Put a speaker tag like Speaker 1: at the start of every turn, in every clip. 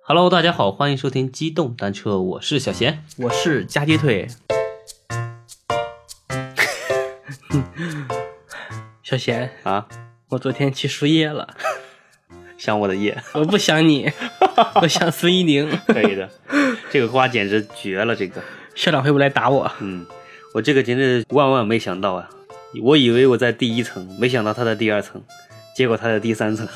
Speaker 1: Hello，大家好，欢迎收听机动单车，我是小贤。
Speaker 2: 我是夹鸡腿。小贤，
Speaker 1: 啊，
Speaker 2: 我昨天去输液了，
Speaker 1: 想我的夜，
Speaker 2: 我不想你，我想孙一宁。
Speaker 1: 可以的，这个瓜简直绝了，这个，
Speaker 2: 校长会不会来打我？
Speaker 1: 嗯，我这个简直万万没想到啊，我以为我在第一层，没想到他在第二层，结果他在第三层，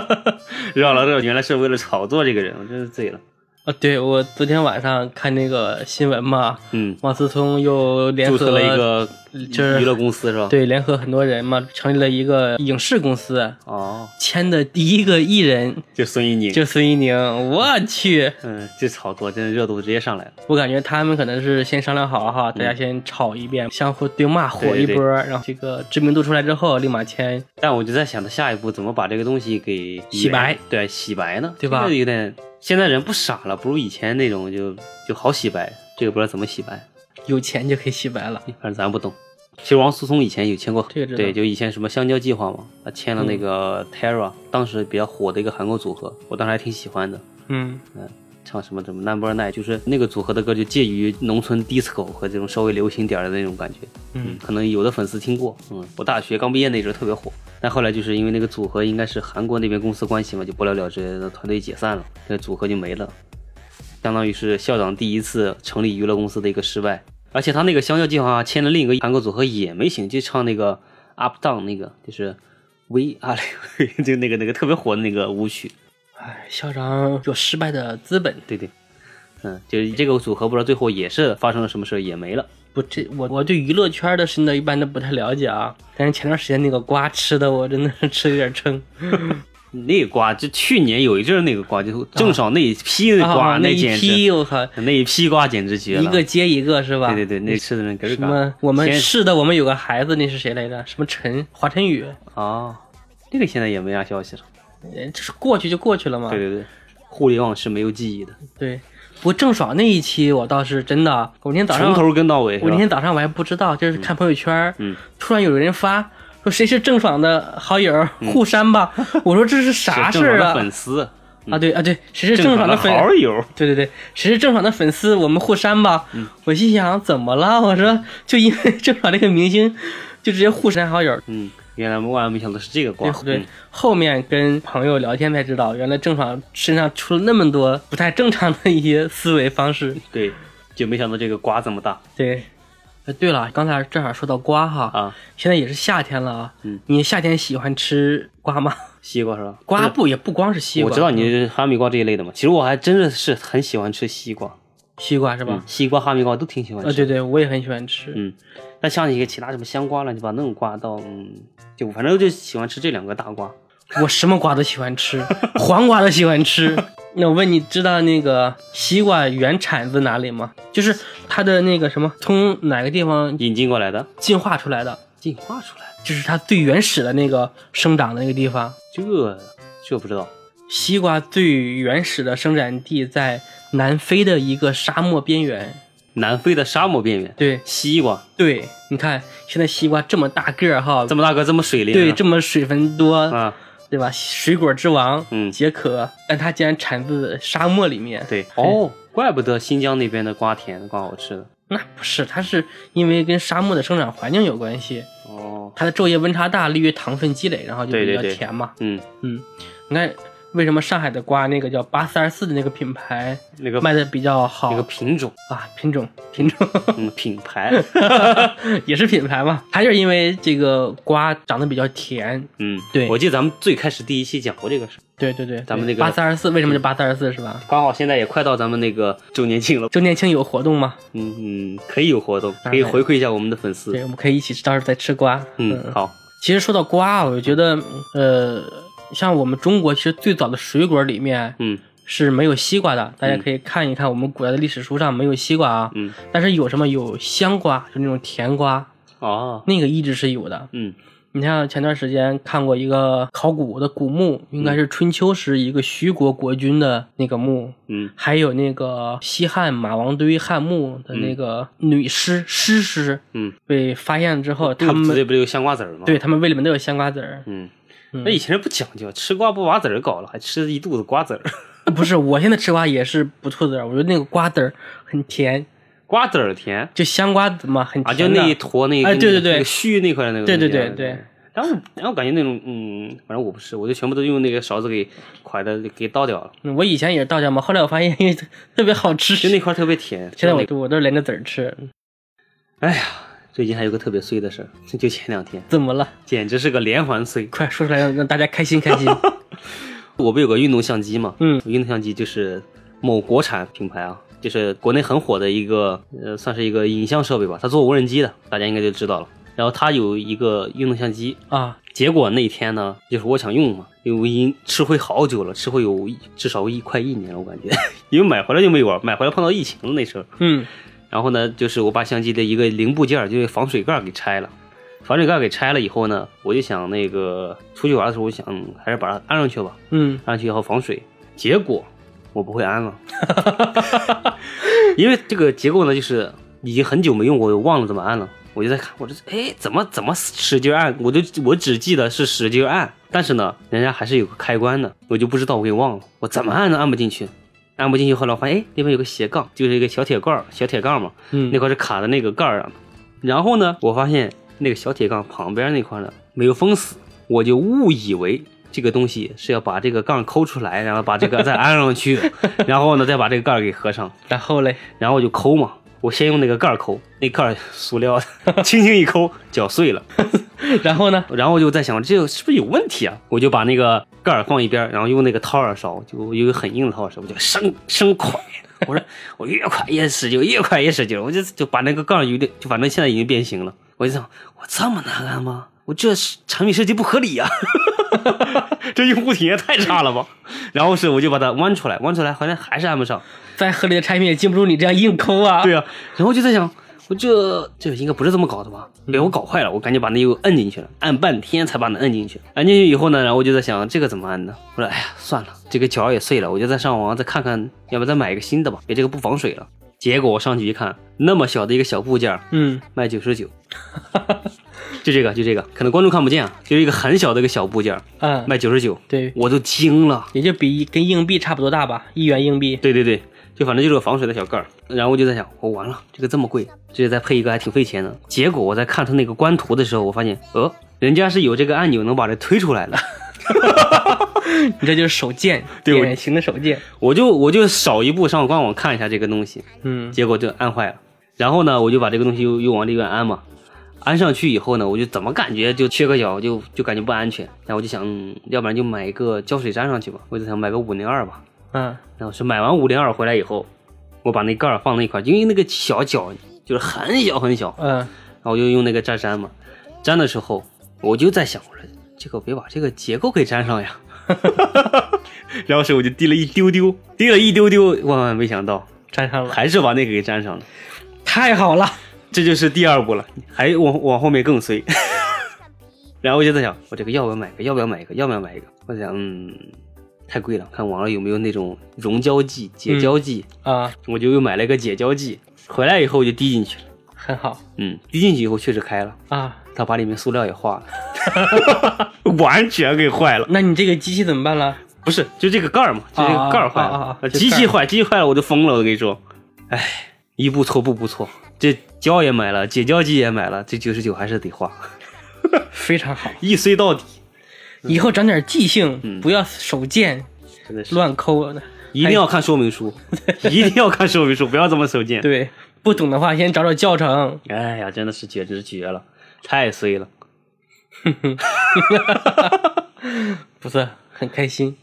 Speaker 1: 绕了绕，原来是为了炒作这个人，我真是醉了，
Speaker 2: 啊，对我昨天晚上看那个新闻嘛，
Speaker 1: 嗯，
Speaker 2: 王思聪又联
Speaker 1: 注
Speaker 2: 合
Speaker 1: 册了一个
Speaker 2: 就是
Speaker 1: 娱乐公司是吧？，
Speaker 2: 对联合很多人嘛，成立了一个影视公司，
Speaker 1: 哦，
Speaker 2: 签的第一个艺人
Speaker 1: 就孙一宁，
Speaker 2: 就孙一宁。我去，
Speaker 1: 嗯，这炒作真是热度直接上来了，
Speaker 2: 我感觉他们可能是先商量好哈，大家先炒一遍，相互对骂火一
Speaker 1: 嗯
Speaker 2: 波，
Speaker 1: 对对
Speaker 2: 然后这个知名度出来之后，立马签。
Speaker 1: 但我就在想，他下一步怎么把这个东西给
Speaker 2: 洗白？
Speaker 1: 对，洗白呢？
Speaker 2: 对吧
Speaker 1: 这个有点，现在人不傻了，不如以前那种就就好洗白。这个不知道怎么洗白，
Speaker 2: 有钱就可以洗白了。
Speaker 1: 反正咱不懂。其实王思聪以前有签过，
Speaker 2: 这个知道嗯
Speaker 1: 对，就以前什么香蕉计划嘛，他签了那个 Terra，、当时比较火的一个韩国组合，我当时还挺喜欢的。
Speaker 2: 嗯，
Speaker 1: 唱什么什么 Number Nine，就是那个组合的歌，就介于农村 disco 和这种稍微流行点儿的那种感觉。
Speaker 2: 嗯，
Speaker 1: 可能有的粉丝听过。嗯，我大学刚毕业那阵儿特别火，但后来就是因为那个组合应该是韩国那边公司关系嘛，就不了了之，团队解散了，这个组合就没了，相当于是校长第一次成立娱乐公司的一个失败。而且他那个香蕉计划啊签了另一个韩国组合也没行，就唱那个 Up Down 那个就是 We Are，就那个那个特别火的那个舞曲。
Speaker 2: 哎，校长有失败的资本。
Speaker 1: 对对，嗯，就是这个组合不知道最后也是发生了什么事儿也没了。
Speaker 2: 不，这我我对娱乐圈的事情呢，一般都不太了解啊。但是前段时间那个瓜吃的我真的是 吃的有点撑。
Speaker 1: 那个瓜，就去年有一阵儿那个瓜，就郑少那一批的瓜，
Speaker 2: 啊、那
Speaker 1: 简
Speaker 2: 一
Speaker 1: 直
Speaker 2: 批我靠，
Speaker 1: 那一批瓜简直绝了。
Speaker 2: 一个接一个是吧？
Speaker 1: 对对啊对，那吃的人根儿
Speaker 2: 什
Speaker 1: 嘎
Speaker 2: 么？我们
Speaker 1: 先
Speaker 2: 是的，我们有个孩子，那是谁来着？什么陈华晨宇？
Speaker 1: 啊，这个现在也没啥消息了。
Speaker 2: 呃这是过去就过去了嘛。
Speaker 1: 对对对，互联网是没有记忆的，
Speaker 2: 对，不过郑爽那一期我倒是真的，啊我那天早上
Speaker 1: 从头跟到尾是
Speaker 2: 我那
Speaker 1: 吧？
Speaker 2: 天早上我还不知道，就是看朋友圈儿，
Speaker 1: 嗯
Speaker 2: 突然有人发说谁是郑爽的好友儿，互删吧。 我说这是啥
Speaker 1: 是
Speaker 2: 事
Speaker 1: 嗯郑
Speaker 2: 儿
Speaker 1: 爽的
Speaker 2: 啊？
Speaker 1: 粉丝，
Speaker 2: 啊，对啊，对，谁是
Speaker 1: 郑
Speaker 2: 郑爽的
Speaker 1: 的
Speaker 2: 粉？
Speaker 1: 好友，
Speaker 2: 对对对，谁是郑爽的粉丝？我们互删吧。
Speaker 1: 嗯
Speaker 2: 我心想怎么了？我说就因为郑爽这个明星，就直接互删好友儿。
Speaker 1: 嗯，原来万万没想到是这个瓜
Speaker 2: 对，对，
Speaker 1: 嗯
Speaker 2: 后面跟朋友聊天才知道，原来郑爽身上出了那么多不太正常的一些思维方式。
Speaker 1: 对，就没想到这个瓜这么大
Speaker 2: 对，哎，对了，刚才正好说到瓜哈，
Speaker 1: 啊，
Speaker 2: 现在也是夏天了啊，
Speaker 1: 嗯
Speaker 2: 你夏天喜欢吃瓜吗？
Speaker 1: 西瓜是吧？
Speaker 2: 瓜不也不光是西瓜，
Speaker 1: 我知道你是哈密瓜这一类的嘛，其实我还真的是很喜欢吃西瓜，
Speaker 2: 西瓜是
Speaker 1: 嗯
Speaker 2: 吧？，
Speaker 1: 西瓜、哈密瓜都挺喜欢
Speaker 2: 啊、
Speaker 1: 吃。
Speaker 2: 对对，我也很喜欢吃。
Speaker 1: 嗯，但像一些其他什么香瓜乱七八糟那种瓜倒，嗯，就反正就喜欢吃这两个大瓜。
Speaker 2: 我什么瓜都喜欢吃，黄瓜都喜欢吃。那我问你，知道那个西瓜原产自哪里吗？就是它的那个什么，从哪个地方
Speaker 1: 引进过来的，
Speaker 2: 进化出来的？
Speaker 1: 进化出来的，
Speaker 2: 就是它最原始的那个生长的那个地方。
Speaker 1: 这这不知道。
Speaker 2: 西瓜最原始的生产地在南非的一个沙漠边缘。
Speaker 1: 南非的沙漠边缘，
Speaker 2: 对，
Speaker 1: 西瓜
Speaker 2: 对，你看现在西瓜这么大个儿哈，
Speaker 1: 这么大个，这么水灵，
Speaker 2: 对，这么水分多，
Speaker 1: 啊，
Speaker 2: 对吧？水果之王，
Speaker 1: 嗯
Speaker 2: 解渴，但它竟然产自沙漠里面。，
Speaker 1: 对，哦，怪不得新疆那边的瓜甜，瓜好吃的。
Speaker 2: 那不是，它是因为跟沙漠的生长环境有关系，
Speaker 1: 哦，
Speaker 2: 它的昼夜温差大，利于糖分积累，然后就
Speaker 1: 对
Speaker 2: 比
Speaker 1: 对
Speaker 2: 较
Speaker 1: 对
Speaker 2: 甜嘛。
Speaker 1: 嗯，
Speaker 2: 嗯，你看为什么上海的瓜那个叫八四二四的那个品牌
Speaker 1: 那个
Speaker 2: 卖的比较好
Speaker 1: 那个品种，
Speaker 2: 啊？品种 品种
Speaker 1: 嗯，品牌，
Speaker 2: 也是品牌嘛，它就是因为这个瓜长得比较甜。
Speaker 1: 嗯，
Speaker 2: 对
Speaker 1: 我记得咱们最开始第一期讲过这个事儿，
Speaker 2: 对对对，
Speaker 1: 咱们那个嗯
Speaker 2: 八四二四为什么叫八四二四是吧？
Speaker 1: 刚好现在也快到咱们那个周年庆了，
Speaker 2: 周年庆有活动吗？
Speaker 1: 嗯嗯，可以有活动，可以回馈一下我们的粉丝
Speaker 2: 对，，我们可以一起到时候再吃瓜。
Speaker 1: 嗯，好，
Speaker 2: 其实说到瓜啊，我觉得，呃，像我们中国其实最早的水果里面
Speaker 1: 嗯
Speaker 2: 是没有西瓜的，大家可以看一看我们古代的历史书上没有西瓜啊，
Speaker 1: 嗯，
Speaker 2: 但是有什么有香瓜，就那种甜瓜，
Speaker 1: 哦，
Speaker 2: 那个一直是有的。
Speaker 1: 嗯
Speaker 2: 你像前段时间看过一个考古的古墓，应该是春秋时一个徐国国君的那个墓，
Speaker 1: 嗯
Speaker 2: 还有那个西汉马王堆汉墓的那个女尸尸尸
Speaker 1: 嗯，
Speaker 2: 被发现之后，他
Speaker 1: 他们
Speaker 2: 们
Speaker 1: 这不是有香瓜子儿吗？
Speaker 2: 对，他们胃里面都有香瓜子儿。
Speaker 1: 嗯，
Speaker 2: 嗯
Speaker 1: 那以前人不讲究，吃瓜不把籽儿搞了，还吃一肚子瓜子儿，
Speaker 3: 不是，我现在吃瓜也是不错的，我觉得那个瓜子儿很甜，
Speaker 1: 瓜子儿甜
Speaker 3: 就香瓜子嘛，很
Speaker 1: 啊，
Speaker 3: 甜
Speaker 1: 就
Speaker 3: 的
Speaker 1: 那一坨那个，
Speaker 3: 哎对对对
Speaker 1: 那个须那块的那个东
Speaker 3: 对
Speaker 1: 西，啊
Speaker 3: 对对对，
Speaker 1: 然后，然后感觉那种，嗯，反正我不吃，我就全部都用那个勺子给㧟的，给倒掉了。
Speaker 3: 嗯我以前也是道家嘛，后来我发现 因为特别好吃，
Speaker 1: 就那块特别甜。
Speaker 3: 现在
Speaker 1: 就
Speaker 3: 我
Speaker 1: 那个
Speaker 3: 我都是连着籽儿吃，
Speaker 1: 哎呀，最近还有个特别衰的事儿，就前两天，
Speaker 3: 怎么了？
Speaker 1: 简直是个连环衰。
Speaker 3: 快说出来让让大家开心 开心。
Speaker 1: 我不有个运动相机嘛？
Speaker 3: 嗯，
Speaker 1: 运动相机就是某国产品牌啊，就是国内很火的一个，呃，算是一个影像设备吧。它做无人机的，大家应该就知道了。然后它有一个运动相机，
Speaker 3: 啊，
Speaker 1: 结果那天呢，就是我想用嘛，因为我已经吃灰好久了，吃灰有一至少一快一年了，我感觉， 因为买回来就没玩，买回来碰到疫情了那时候。
Speaker 3: 嗯
Speaker 1: 然后呢，就是我把相机的一个零部件儿，就是防水盖儿给拆了。防水盖儿给拆了以后呢，我就想那个出去玩的时候，我想嗯还是把它安上去吧，
Speaker 3: 嗯，
Speaker 1: 安上去以后防水。结果我不会安了，因为这个结构呢，就是已经很久没用过，我忘了怎么按了。我就在看，我这哎怎么怎么使劲按，我就我只记得是使劲按，但是呢，人家还是有个开关的，我就不知道我给忘了，我怎么按都按不进去，按不进去。后来我发现，哎，那边有个斜杠，就是一个小铁罐儿，小铁杠嘛，
Speaker 3: 嗯
Speaker 1: 那块是卡在那个盖儿上的。然后呢，我发现那个小铁杠旁边那块呢没有封死，我就误以为这个东西是要把这个杠抠出来，然后把这个再安上去，然后呢再把这个盖儿给合上。
Speaker 3: 然后嘞，
Speaker 1: 然后我就抠嘛，我先用那个盖儿抠，那盖儿塑料 的，轻轻一抠，绞碎了。
Speaker 3: 然后呢？
Speaker 1: 然后我就在想，这个是不是有问题啊？我就把那个盖儿放一边儿，然后用那个掏耳勺，就有一个很硬的掏耳勺，我就生生快。我说我越快越使劲，越快越使劲，我就就把那个杠有点，就反正现在已经变形了。我就想，我这么难按吗？我这是产品设计不合理呀、这用户体验太差了吧？然后是我就把它弯出来，弯出来好像还是按不上。
Speaker 3: 再合理的产品也经不住你这样硬抠 啊。
Speaker 1: 对啊，然后就在想，我这这应该不是这么搞的吧？给我搞坏了，我赶紧把那又摁进去了，按半天才把那摁进去。按进去以后呢，然后我就在想这个怎么按呢？我说哎呀，算了，这个角儿也碎了，我就再上网再看看，要不再买一个新的吧，别这个不防水了。结果我上去一看，那么小的一个小部件儿
Speaker 3: 嗯，
Speaker 1: 卖九十九，就这个就这个，可能观众看不见啊，就是一个很小的一个小部件儿
Speaker 3: 嗯，
Speaker 1: 卖九十九，
Speaker 3: 对，
Speaker 1: 我都惊了。
Speaker 3: 也就比一跟硬币差不多大吧，一元硬 币。
Speaker 1: 对对对，就反正就是个防水的小盖儿。然后我就在想，我、完了，这个这么贵，这再配一个还挺费钱的。结果我在看他那个官图的时候，我发现，呃，人家是有这个按钮能把这推出来的。
Speaker 3: 你这就是手贱，
Speaker 1: 对我
Speaker 3: 典型的手贱。
Speaker 1: 我就我就少一步上官网看一下这个东西，
Speaker 3: 嗯
Speaker 1: 结果就按坏了。然后呢，我就把这个东西又又往里边安嘛，安上去以后呢，我就怎么感觉就缺个角，就就感觉不安全。然后我就想，嗯要不然就买一个胶水粘上去吧。我就想买个五零二吧，
Speaker 3: 嗯，
Speaker 1: 然后是买完五零二回来以后，我把那盖儿放那块儿，因为那个小角就是很小很小，
Speaker 3: 嗯，
Speaker 1: 然后我就用那个粘粘嘛，粘的时候我就在想，我说这个别把这个结构给粘上呀，然后是我就滴了一丢丢，滴了一丢丢，万万没想到
Speaker 3: 粘上了，
Speaker 1: 还是把那个给粘上了，
Speaker 3: 太好了。
Speaker 1: 这就是第二步了，还往往后面更衰。 然后我就在想，我这个要不要买一个？要不要买一个？要不要买一个？我想，嗯，太贵了，看网上有没有那种溶胶剂、解胶剂。
Speaker 3: 啊，
Speaker 1: 我就又买了一个解胶剂，回来以后我就滴进去了。
Speaker 3: 很好
Speaker 1: 嗯，滴进去以后确实开了，
Speaker 3: 啊。
Speaker 1: 它把里面塑料也化 了，完全给坏了。
Speaker 3: 那你这个机器怎么办了？
Speaker 1: 不是，就这个盖儿嘛，就这个盖儿坏
Speaker 3: 啊啊啊
Speaker 1: 了
Speaker 3: 啊，
Speaker 1: 机器坏，机器坏了我就疯了。我跟你说，哎，一步错步步错，这胶也买了，解胶机也买了，这九十九还是得花，
Speaker 3: 非常好，
Speaker 1: 一衰到底，
Speaker 3: 以后长点记性，
Speaker 1: 嗯
Speaker 3: 不要手贱
Speaker 1: 真的是
Speaker 3: 乱抠。
Speaker 1: 一定要看说明书， 一定要看说明书，不要这么手贱。
Speaker 3: 对，不懂的话先找找教 程。
Speaker 1: 哎呀，真的是简直绝了，太衰了。
Speaker 3: 不是很开心。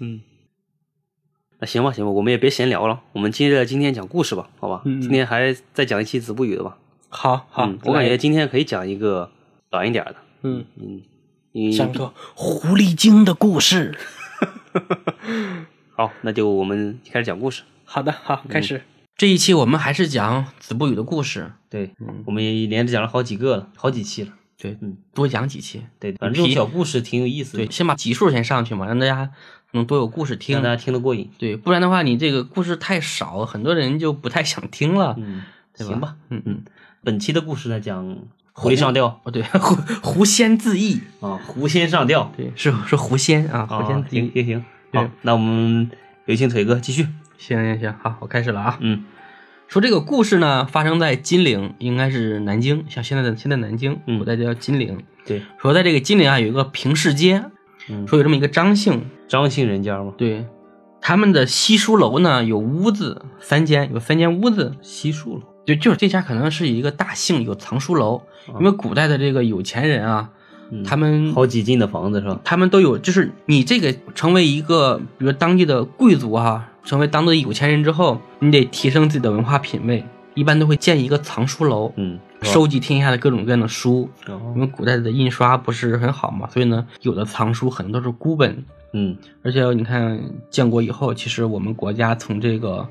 Speaker 1: 那行吧，行吧，我们也别闲聊了，我们接着今天讲故事吧，好吧？
Speaker 3: 嗯嗯
Speaker 1: 今天还再讲一期子不语的吧。
Speaker 3: 好好，
Speaker 1: 嗯我感觉今天可以讲一个短一点的，
Speaker 3: 嗯，
Speaker 1: 嗯，你
Speaker 3: 讲个狐狸精的故事。
Speaker 1: 好，那就我们开始讲故事。
Speaker 3: 好的，
Speaker 1: 嗯
Speaker 3: 好，开始。
Speaker 2: 这一期我们还是讲子不语的故事，
Speaker 1: 对，我们也连着讲了好几个了，好几期了。
Speaker 2: 对，
Speaker 1: 嗯
Speaker 2: 多讲几期，
Speaker 1: 对，反正这种
Speaker 2: 皮
Speaker 1: 小故事挺有意思的，
Speaker 2: 对，先把集数先上去嘛，让大家能多有故事听
Speaker 1: 让大。家听得过瘾。
Speaker 2: 对，不然的话，你这个故事太少，很多人就不太想听了，
Speaker 1: 嗯，
Speaker 2: 对
Speaker 1: 行吧
Speaker 2: 吧？嗯嗯，
Speaker 1: 本期的故事呢，讲狐狸上吊
Speaker 2: 哦对，狐狐仙自缢，
Speaker 1: 啊，狐仙上吊
Speaker 2: 对，是是狐仙啊，狐
Speaker 1: 啊
Speaker 2: 仙，自
Speaker 1: 行
Speaker 2: 缢。
Speaker 1: 行行，好，那我们有请腿哥继续。
Speaker 2: 行行行，好，我开始了啊。
Speaker 1: 嗯
Speaker 2: 说这个故事呢，发生在金陵，应该是南京，像现在的现在南京，
Speaker 1: 嗯
Speaker 2: 古代叫金陵。
Speaker 1: 对，
Speaker 2: 说在这个金陵啊，有一个平市街，
Speaker 1: 嗯，
Speaker 2: 说有这么一个张姓，
Speaker 1: 张姓人家嘛，
Speaker 2: 对，他们的西书楼呢有屋子三间，有三间屋子，
Speaker 1: 西树了。
Speaker 2: 就就是这家可能是一个大姓，有藏书楼，
Speaker 1: 啊
Speaker 2: 因为古代的这个有钱人啊，
Speaker 1: 嗯
Speaker 2: 他们
Speaker 1: 好几进的房子是吧？
Speaker 2: 他们都有，就是你这个成为一个，比如当地的贵族哈、成为当地的有钱人之后，你得提升自己的文化品位，一般都会建一个藏书楼，
Speaker 1: 嗯，
Speaker 2: 收集天下的各种各样的书。
Speaker 1: 哦
Speaker 2: 因为古代的印刷不是很好嘛，所以呢，有的藏书很多都是孤本，
Speaker 1: 嗯
Speaker 2: 而且你看建国以后，其实我们国家从这个，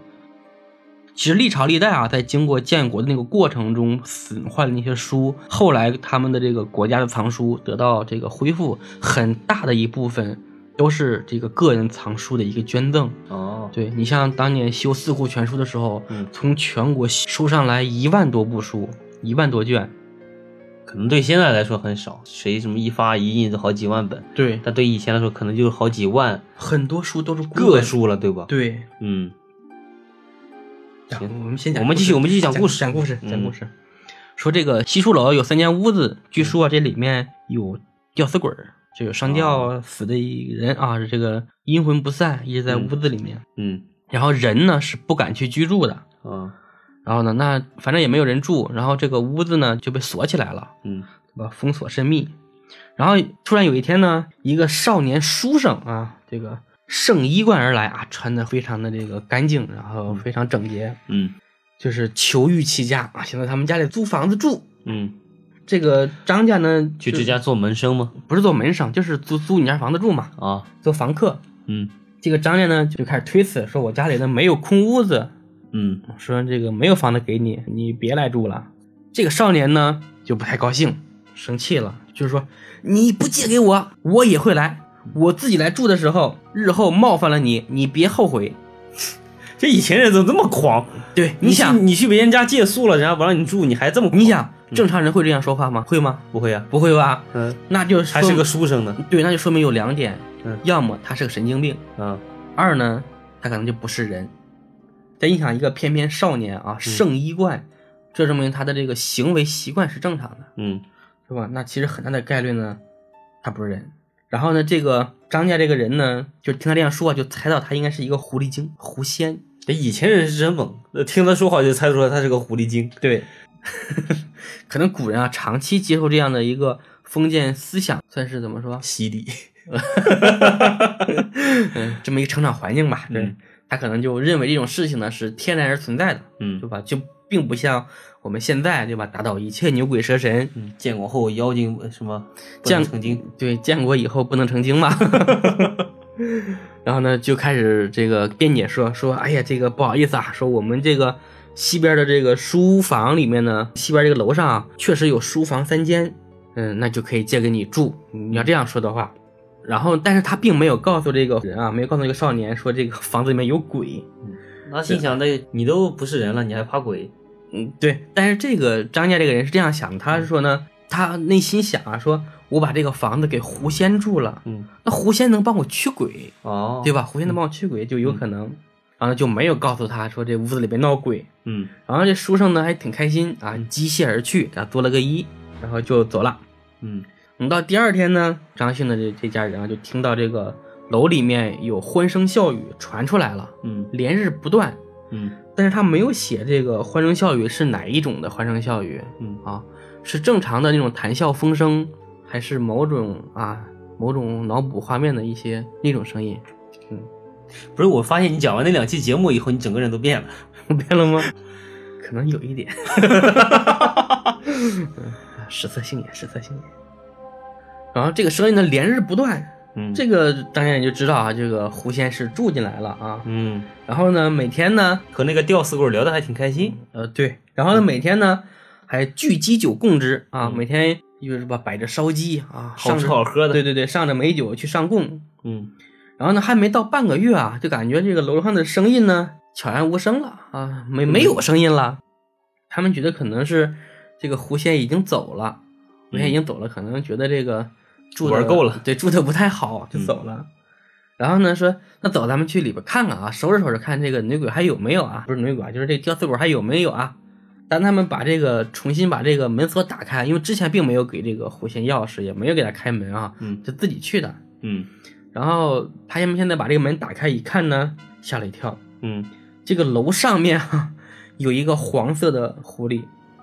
Speaker 2: 其实历朝历代啊，在经过建国的那个过程中损坏的那些书，后来他们的这个国家的藏书得到这个恢复，很大的一部分都是这个个人藏书的一个捐赠。
Speaker 1: 哦，
Speaker 2: 对你像当年修《四库全书》的时候，
Speaker 1: 嗯
Speaker 2: 从全国收上来一万多部书，一万多卷。
Speaker 1: 可能对现在来说很少，谁什么一发一印都好几万本，
Speaker 2: 对，
Speaker 1: 但对以前来说可能就是好几万
Speaker 2: 很多书都是孤
Speaker 1: 个
Speaker 2: 本。
Speaker 1: 数了，对吧？，
Speaker 2: 对，
Speaker 1: 嗯
Speaker 2: 我们先讲故事，
Speaker 1: 我们继续我们继续讲故事
Speaker 2: 讲故事，
Speaker 1: 嗯
Speaker 2: 讲故事。说这个西书楼有三间屋子，据说啊这里面有吊死鬼儿，就有上吊死的人啊，是这个阴魂不散，一直在
Speaker 1: 嗯
Speaker 2: 屋子里面。
Speaker 1: 嗯
Speaker 2: 然后人呢是不敢去居住的。
Speaker 1: 啊
Speaker 2: 然后呢，那反正也没有人住，然后这个屋子呢就被锁起来了，
Speaker 1: 嗯
Speaker 2: 对吧？封锁神秘。然后突然有一天呢，一个少年书生啊，这个圣衣冠而来啊，穿的非常的这个干净，然后非常整洁。
Speaker 1: 嗯
Speaker 2: 就是求欲起家啊，想在他们家里租房子住。
Speaker 1: 嗯，
Speaker 2: 这个张家呢，
Speaker 1: 去
Speaker 2: 就
Speaker 1: 这家做门生吗？
Speaker 2: 不是做门生，就是租租你家房子住嘛，
Speaker 1: 啊，
Speaker 2: 做房客。
Speaker 1: 嗯
Speaker 2: 这个张家呢就开始推辞，说我家里呢没有空屋子，
Speaker 1: 嗯
Speaker 2: 说这个没有房子给你，你别来住了。这个少年呢就不太高兴，生气了，就是说你不借给我，我也会来。我自己来住的时候，日后冒犯了你，你别后悔。
Speaker 1: 这以前人怎么这么狂？
Speaker 2: 对，
Speaker 1: 你
Speaker 2: 你
Speaker 1: 想
Speaker 2: 想，
Speaker 1: 你去别人家借宿了，人家不让你住，你还这么
Speaker 2: 你想，
Speaker 1: 嗯
Speaker 2: 正常人会这样说话吗？会吗？
Speaker 1: 不会啊？
Speaker 2: 不会吧？
Speaker 1: 嗯，
Speaker 2: 那就
Speaker 1: 还
Speaker 2: 说
Speaker 1: 是
Speaker 2: 明
Speaker 1: 个书生呢。
Speaker 2: 对，那就说明有两点，
Speaker 1: 嗯
Speaker 2: 要么他是个神经病，
Speaker 1: 啊，
Speaker 2: 二呢，他可能就不是人。再印象一个翩翩少年啊，圣衣冠，这证明他的这个行为习惯是正常的，
Speaker 1: 嗯
Speaker 2: 是吧？那其实很大的概率呢，他不是人。然后呢，这个张家这个人呢，就听他这样说啊，就猜到他应该是一个狐狸精、狐仙。
Speaker 1: 这以前人是真猛，那听他说话就猜出来他是个狐狸精。
Speaker 2: 对， 可能古人啊，长期接受这样的一个封建思想，算是怎么说
Speaker 1: 犀 利，
Speaker 2: 嗯， 这么一个成长环境吧，对、
Speaker 1: 嗯
Speaker 2: 他可能就认为这种事情呢是天然而存在的，
Speaker 1: 嗯
Speaker 2: 对吧？就并不像我们现在，对吧？打倒一切牛鬼蛇神，
Speaker 1: 嗯，建国后妖精呃什么不
Speaker 2: 建
Speaker 1: 能成精，
Speaker 2: 对，建国以后不能成精嘛。 然后呢，就开始这个辩解说说，哎呀，这个不好意思啊，说我们这个西边的这个书房里面呢，西边这个楼上啊确实有书房三间，嗯，那就可以借给你住。
Speaker 1: 嗯
Speaker 2: 你要这样说的话，然后但是他并没有告诉这个人啊，没有告诉这个少年说这个房子里面有鬼。
Speaker 1: 那心想那你都不是人了，你还怕鬼？
Speaker 2: 嗯，对。但是这个张家这个人是这样想的，他是说呢，他内心想啊，说我把这个房子给狐仙住了，
Speaker 1: 嗯，
Speaker 2: 那狐仙能帮我驱鬼，
Speaker 1: 哦，
Speaker 2: 对吧？狐仙能帮我驱鬼就有可能，然后就没有告诉他说这屋子里边闹鬼。
Speaker 1: 嗯
Speaker 2: 然后这书生呢还挺开心啊，机械而去，给他做了个揖，然后就走了。
Speaker 1: 嗯
Speaker 2: 等到第二天呢，张姓的这这家人啊就听到这个楼里面有欢声笑语传出来了，
Speaker 1: 嗯
Speaker 2: 连日不断。
Speaker 1: 嗯
Speaker 2: 但是他没有写这个欢声笑语是哪一种的欢声笑语，
Speaker 1: 嗯
Speaker 2: 啊，是正常的那种谈笑风生，还是某种啊某种脑补画面的一些那种声音？
Speaker 1: 不是，我发现你讲完那两期节目以后，你整个人都变了。
Speaker 2: 变了吗？可能有一点， 嗯实测性也实测性也。然后这个声音呢连日不断，
Speaker 1: 嗯
Speaker 2: 这个当然也就知道啊，这个狐仙是住进来了啊。
Speaker 1: 嗯，
Speaker 2: 然后呢，每天呢，
Speaker 1: 和那个吊死鬼聊的还挺开心。
Speaker 2: 呃，对，然后呢，每天呢还聚鸡酒供之啊，
Speaker 1: 嗯
Speaker 2: 每天就是吧摆着烧鸡啊，
Speaker 1: 好
Speaker 2: 上
Speaker 1: 吃
Speaker 2: 着
Speaker 1: 好喝的
Speaker 2: 对对对，上着美酒去上供，
Speaker 1: 嗯
Speaker 2: 然后呢，还没到半个月啊，就感觉这个楼上的声音呢悄然无声了啊，没
Speaker 1: 嗯
Speaker 2: 没有声音了。他们觉得可能是这个狐仙已经走了，狐仙已经走了，可能觉得这个住
Speaker 1: 嗯
Speaker 2: 的
Speaker 1: 玩够了嗯
Speaker 2: 对，住的不太好就走了。然后呢说那走，咱们去里边看看啊，收拾收拾看这个女鬼还有没有啊？不是女鬼啊，就是这吊死鬼还有没有啊？当他们把这个重新把这个门锁打开，因为之前并没有给这个狐仙钥匙，也没有给他开门啊，
Speaker 1: 嗯
Speaker 2: 就自己去的。
Speaker 1: 嗯
Speaker 2: 然后他们现在把这个门打开一看呢，吓了一跳，
Speaker 1: 嗯，
Speaker 2: 这个楼上面啊有一个黄色的狐狸，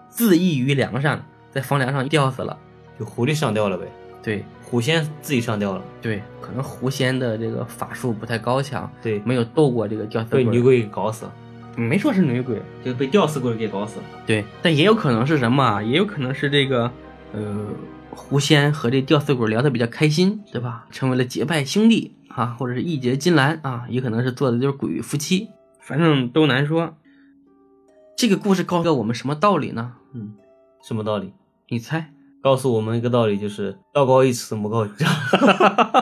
Speaker 2: 自缢于梁上，在房梁上吊死了。
Speaker 1: 就狐狸上吊了呗，
Speaker 2: 对
Speaker 1: 狐仙自己上吊了，
Speaker 2: 对，可能狐仙的这个法术不太高强，
Speaker 1: 对，
Speaker 2: 没有斗过这个吊死
Speaker 1: 被
Speaker 2: 鬼。
Speaker 1: 女鬼给搞死了，
Speaker 2: 没说是女鬼，
Speaker 1: 就被吊死鬼给搞死了。
Speaker 2: 对，但也有可能是什么啊？也有可能是这个呃狐仙和这吊死鬼聊得比较开心，对吧？成为了结拜兄弟啊，或者是义结金兰啊，也可能是做的就是鬼夫妻，反正都难说。这个故事告诉我们什么道理呢？
Speaker 1: 嗯，什么道理？
Speaker 2: 你猜？
Speaker 1: 告诉我们一个道理，就是道高一尺，魔高一丈。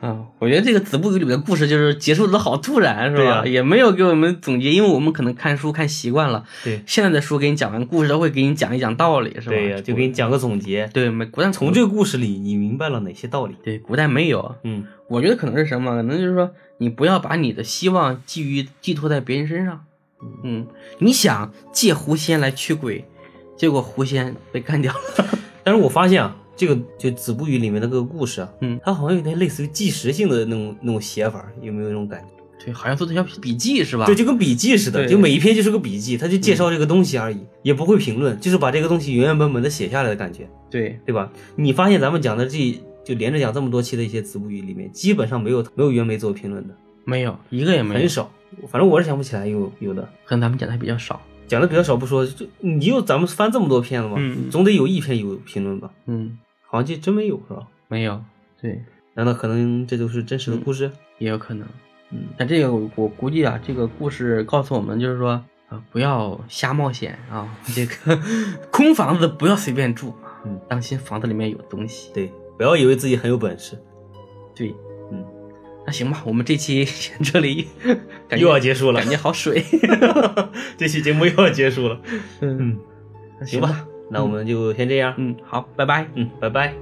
Speaker 2: 啊，我觉得这个《子不语》里面的故事就是结束的好突然，是
Speaker 1: 对
Speaker 2: 吧？
Speaker 1: 呀
Speaker 2: 也没有给我们总结，因为我们可能看书看习惯了，
Speaker 1: 对
Speaker 2: 现在的书给你讲完故事，都会给你讲一讲道理，是吧？
Speaker 1: 对呀，就给你讲个总结。
Speaker 2: 对，没古代
Speaker 1: 从这个故事里，你明白了哪些道理？
Speaker 2: 对古代没有，
Speaker 1: 嗯，
Speaker 2: 我觉得可能是什么？可能就是说，你不要把你的希望寄于寄托在别人身上。嗯，你想借狐仙来驱鬼，结果狐仙被干掉了。
Speaker 1: 但是我发现啊，这个就《子不语》里面那个故事啊，
Speaker 2: 嗯，
Speaker 1: 它好像有点类似于纪实性的那种那种写法，有没有那种感觉？
Speaker 2: 对，好像做的小笔记是吧？
Speaker 1: 对，就跟笔记似的，
Speaker 2: 对嗯
Speaker 1: 就每一篇就是个笔记，他就介绍这个东西而已，也不会评论，就是把这个东西原原本本的写下来的感觉，
Speaker 2: 对
Speaker 1: 对吧？你发现咱们讲的这就连着讲这么多期的一些子不语里面，基本上没有没有袁枚做评论的，
Speaker 2: 没有一个也没有，
Speaker 1: 很少，反正我是想不起来有有的。
Speaker 2: 可能咱们讲的比较少。
Speaker 1: 讲的比较少不说，就你又咱们翻这么多篇了嘛，
Speaker 3: 嗯
Speaker 1: 总得有一篇有评论吧？
Speaker 2: 嗯，
Speaker 1: 好像就真没有是吧？
Speaker 2: 没有，对，
Speaker 1: 难道可能这都是真实
Speaker 2: 嗯
Speaker 1: 的故事？
Speaker 2: 也有可能。
Speaker 1: 嗯
Speaker 2: 但这个我我估计啊，这个故事告诉我们，就是说，呃，不要瞎冒险啊，这个 空房子不要随便住，
Speaker 1: 嗯，
Speaker 2: 当心房子里面有东西。
Speaker 1: 对，不要以为自己很有本事，
Speaker 2: 对，
Speaker 1: 嗯，
Speaker 2: 那行吧，我们这期先这里， 感觉
Speaker 1: 又要结束了
Speaker 2: 感，觉 好水。
Speaker 1: 这期节目又要结束了。
Speaker 2: 嗯，
Speaker 1: 嗯，
Speaker 2: 那
Speaker 1: 行
Speaker 2: 行
Speaker 1: 吧，，那我们就先这样。
Speaker 2: 嗯，好，拜拜。
Speaker 1: 嗯，拜拜。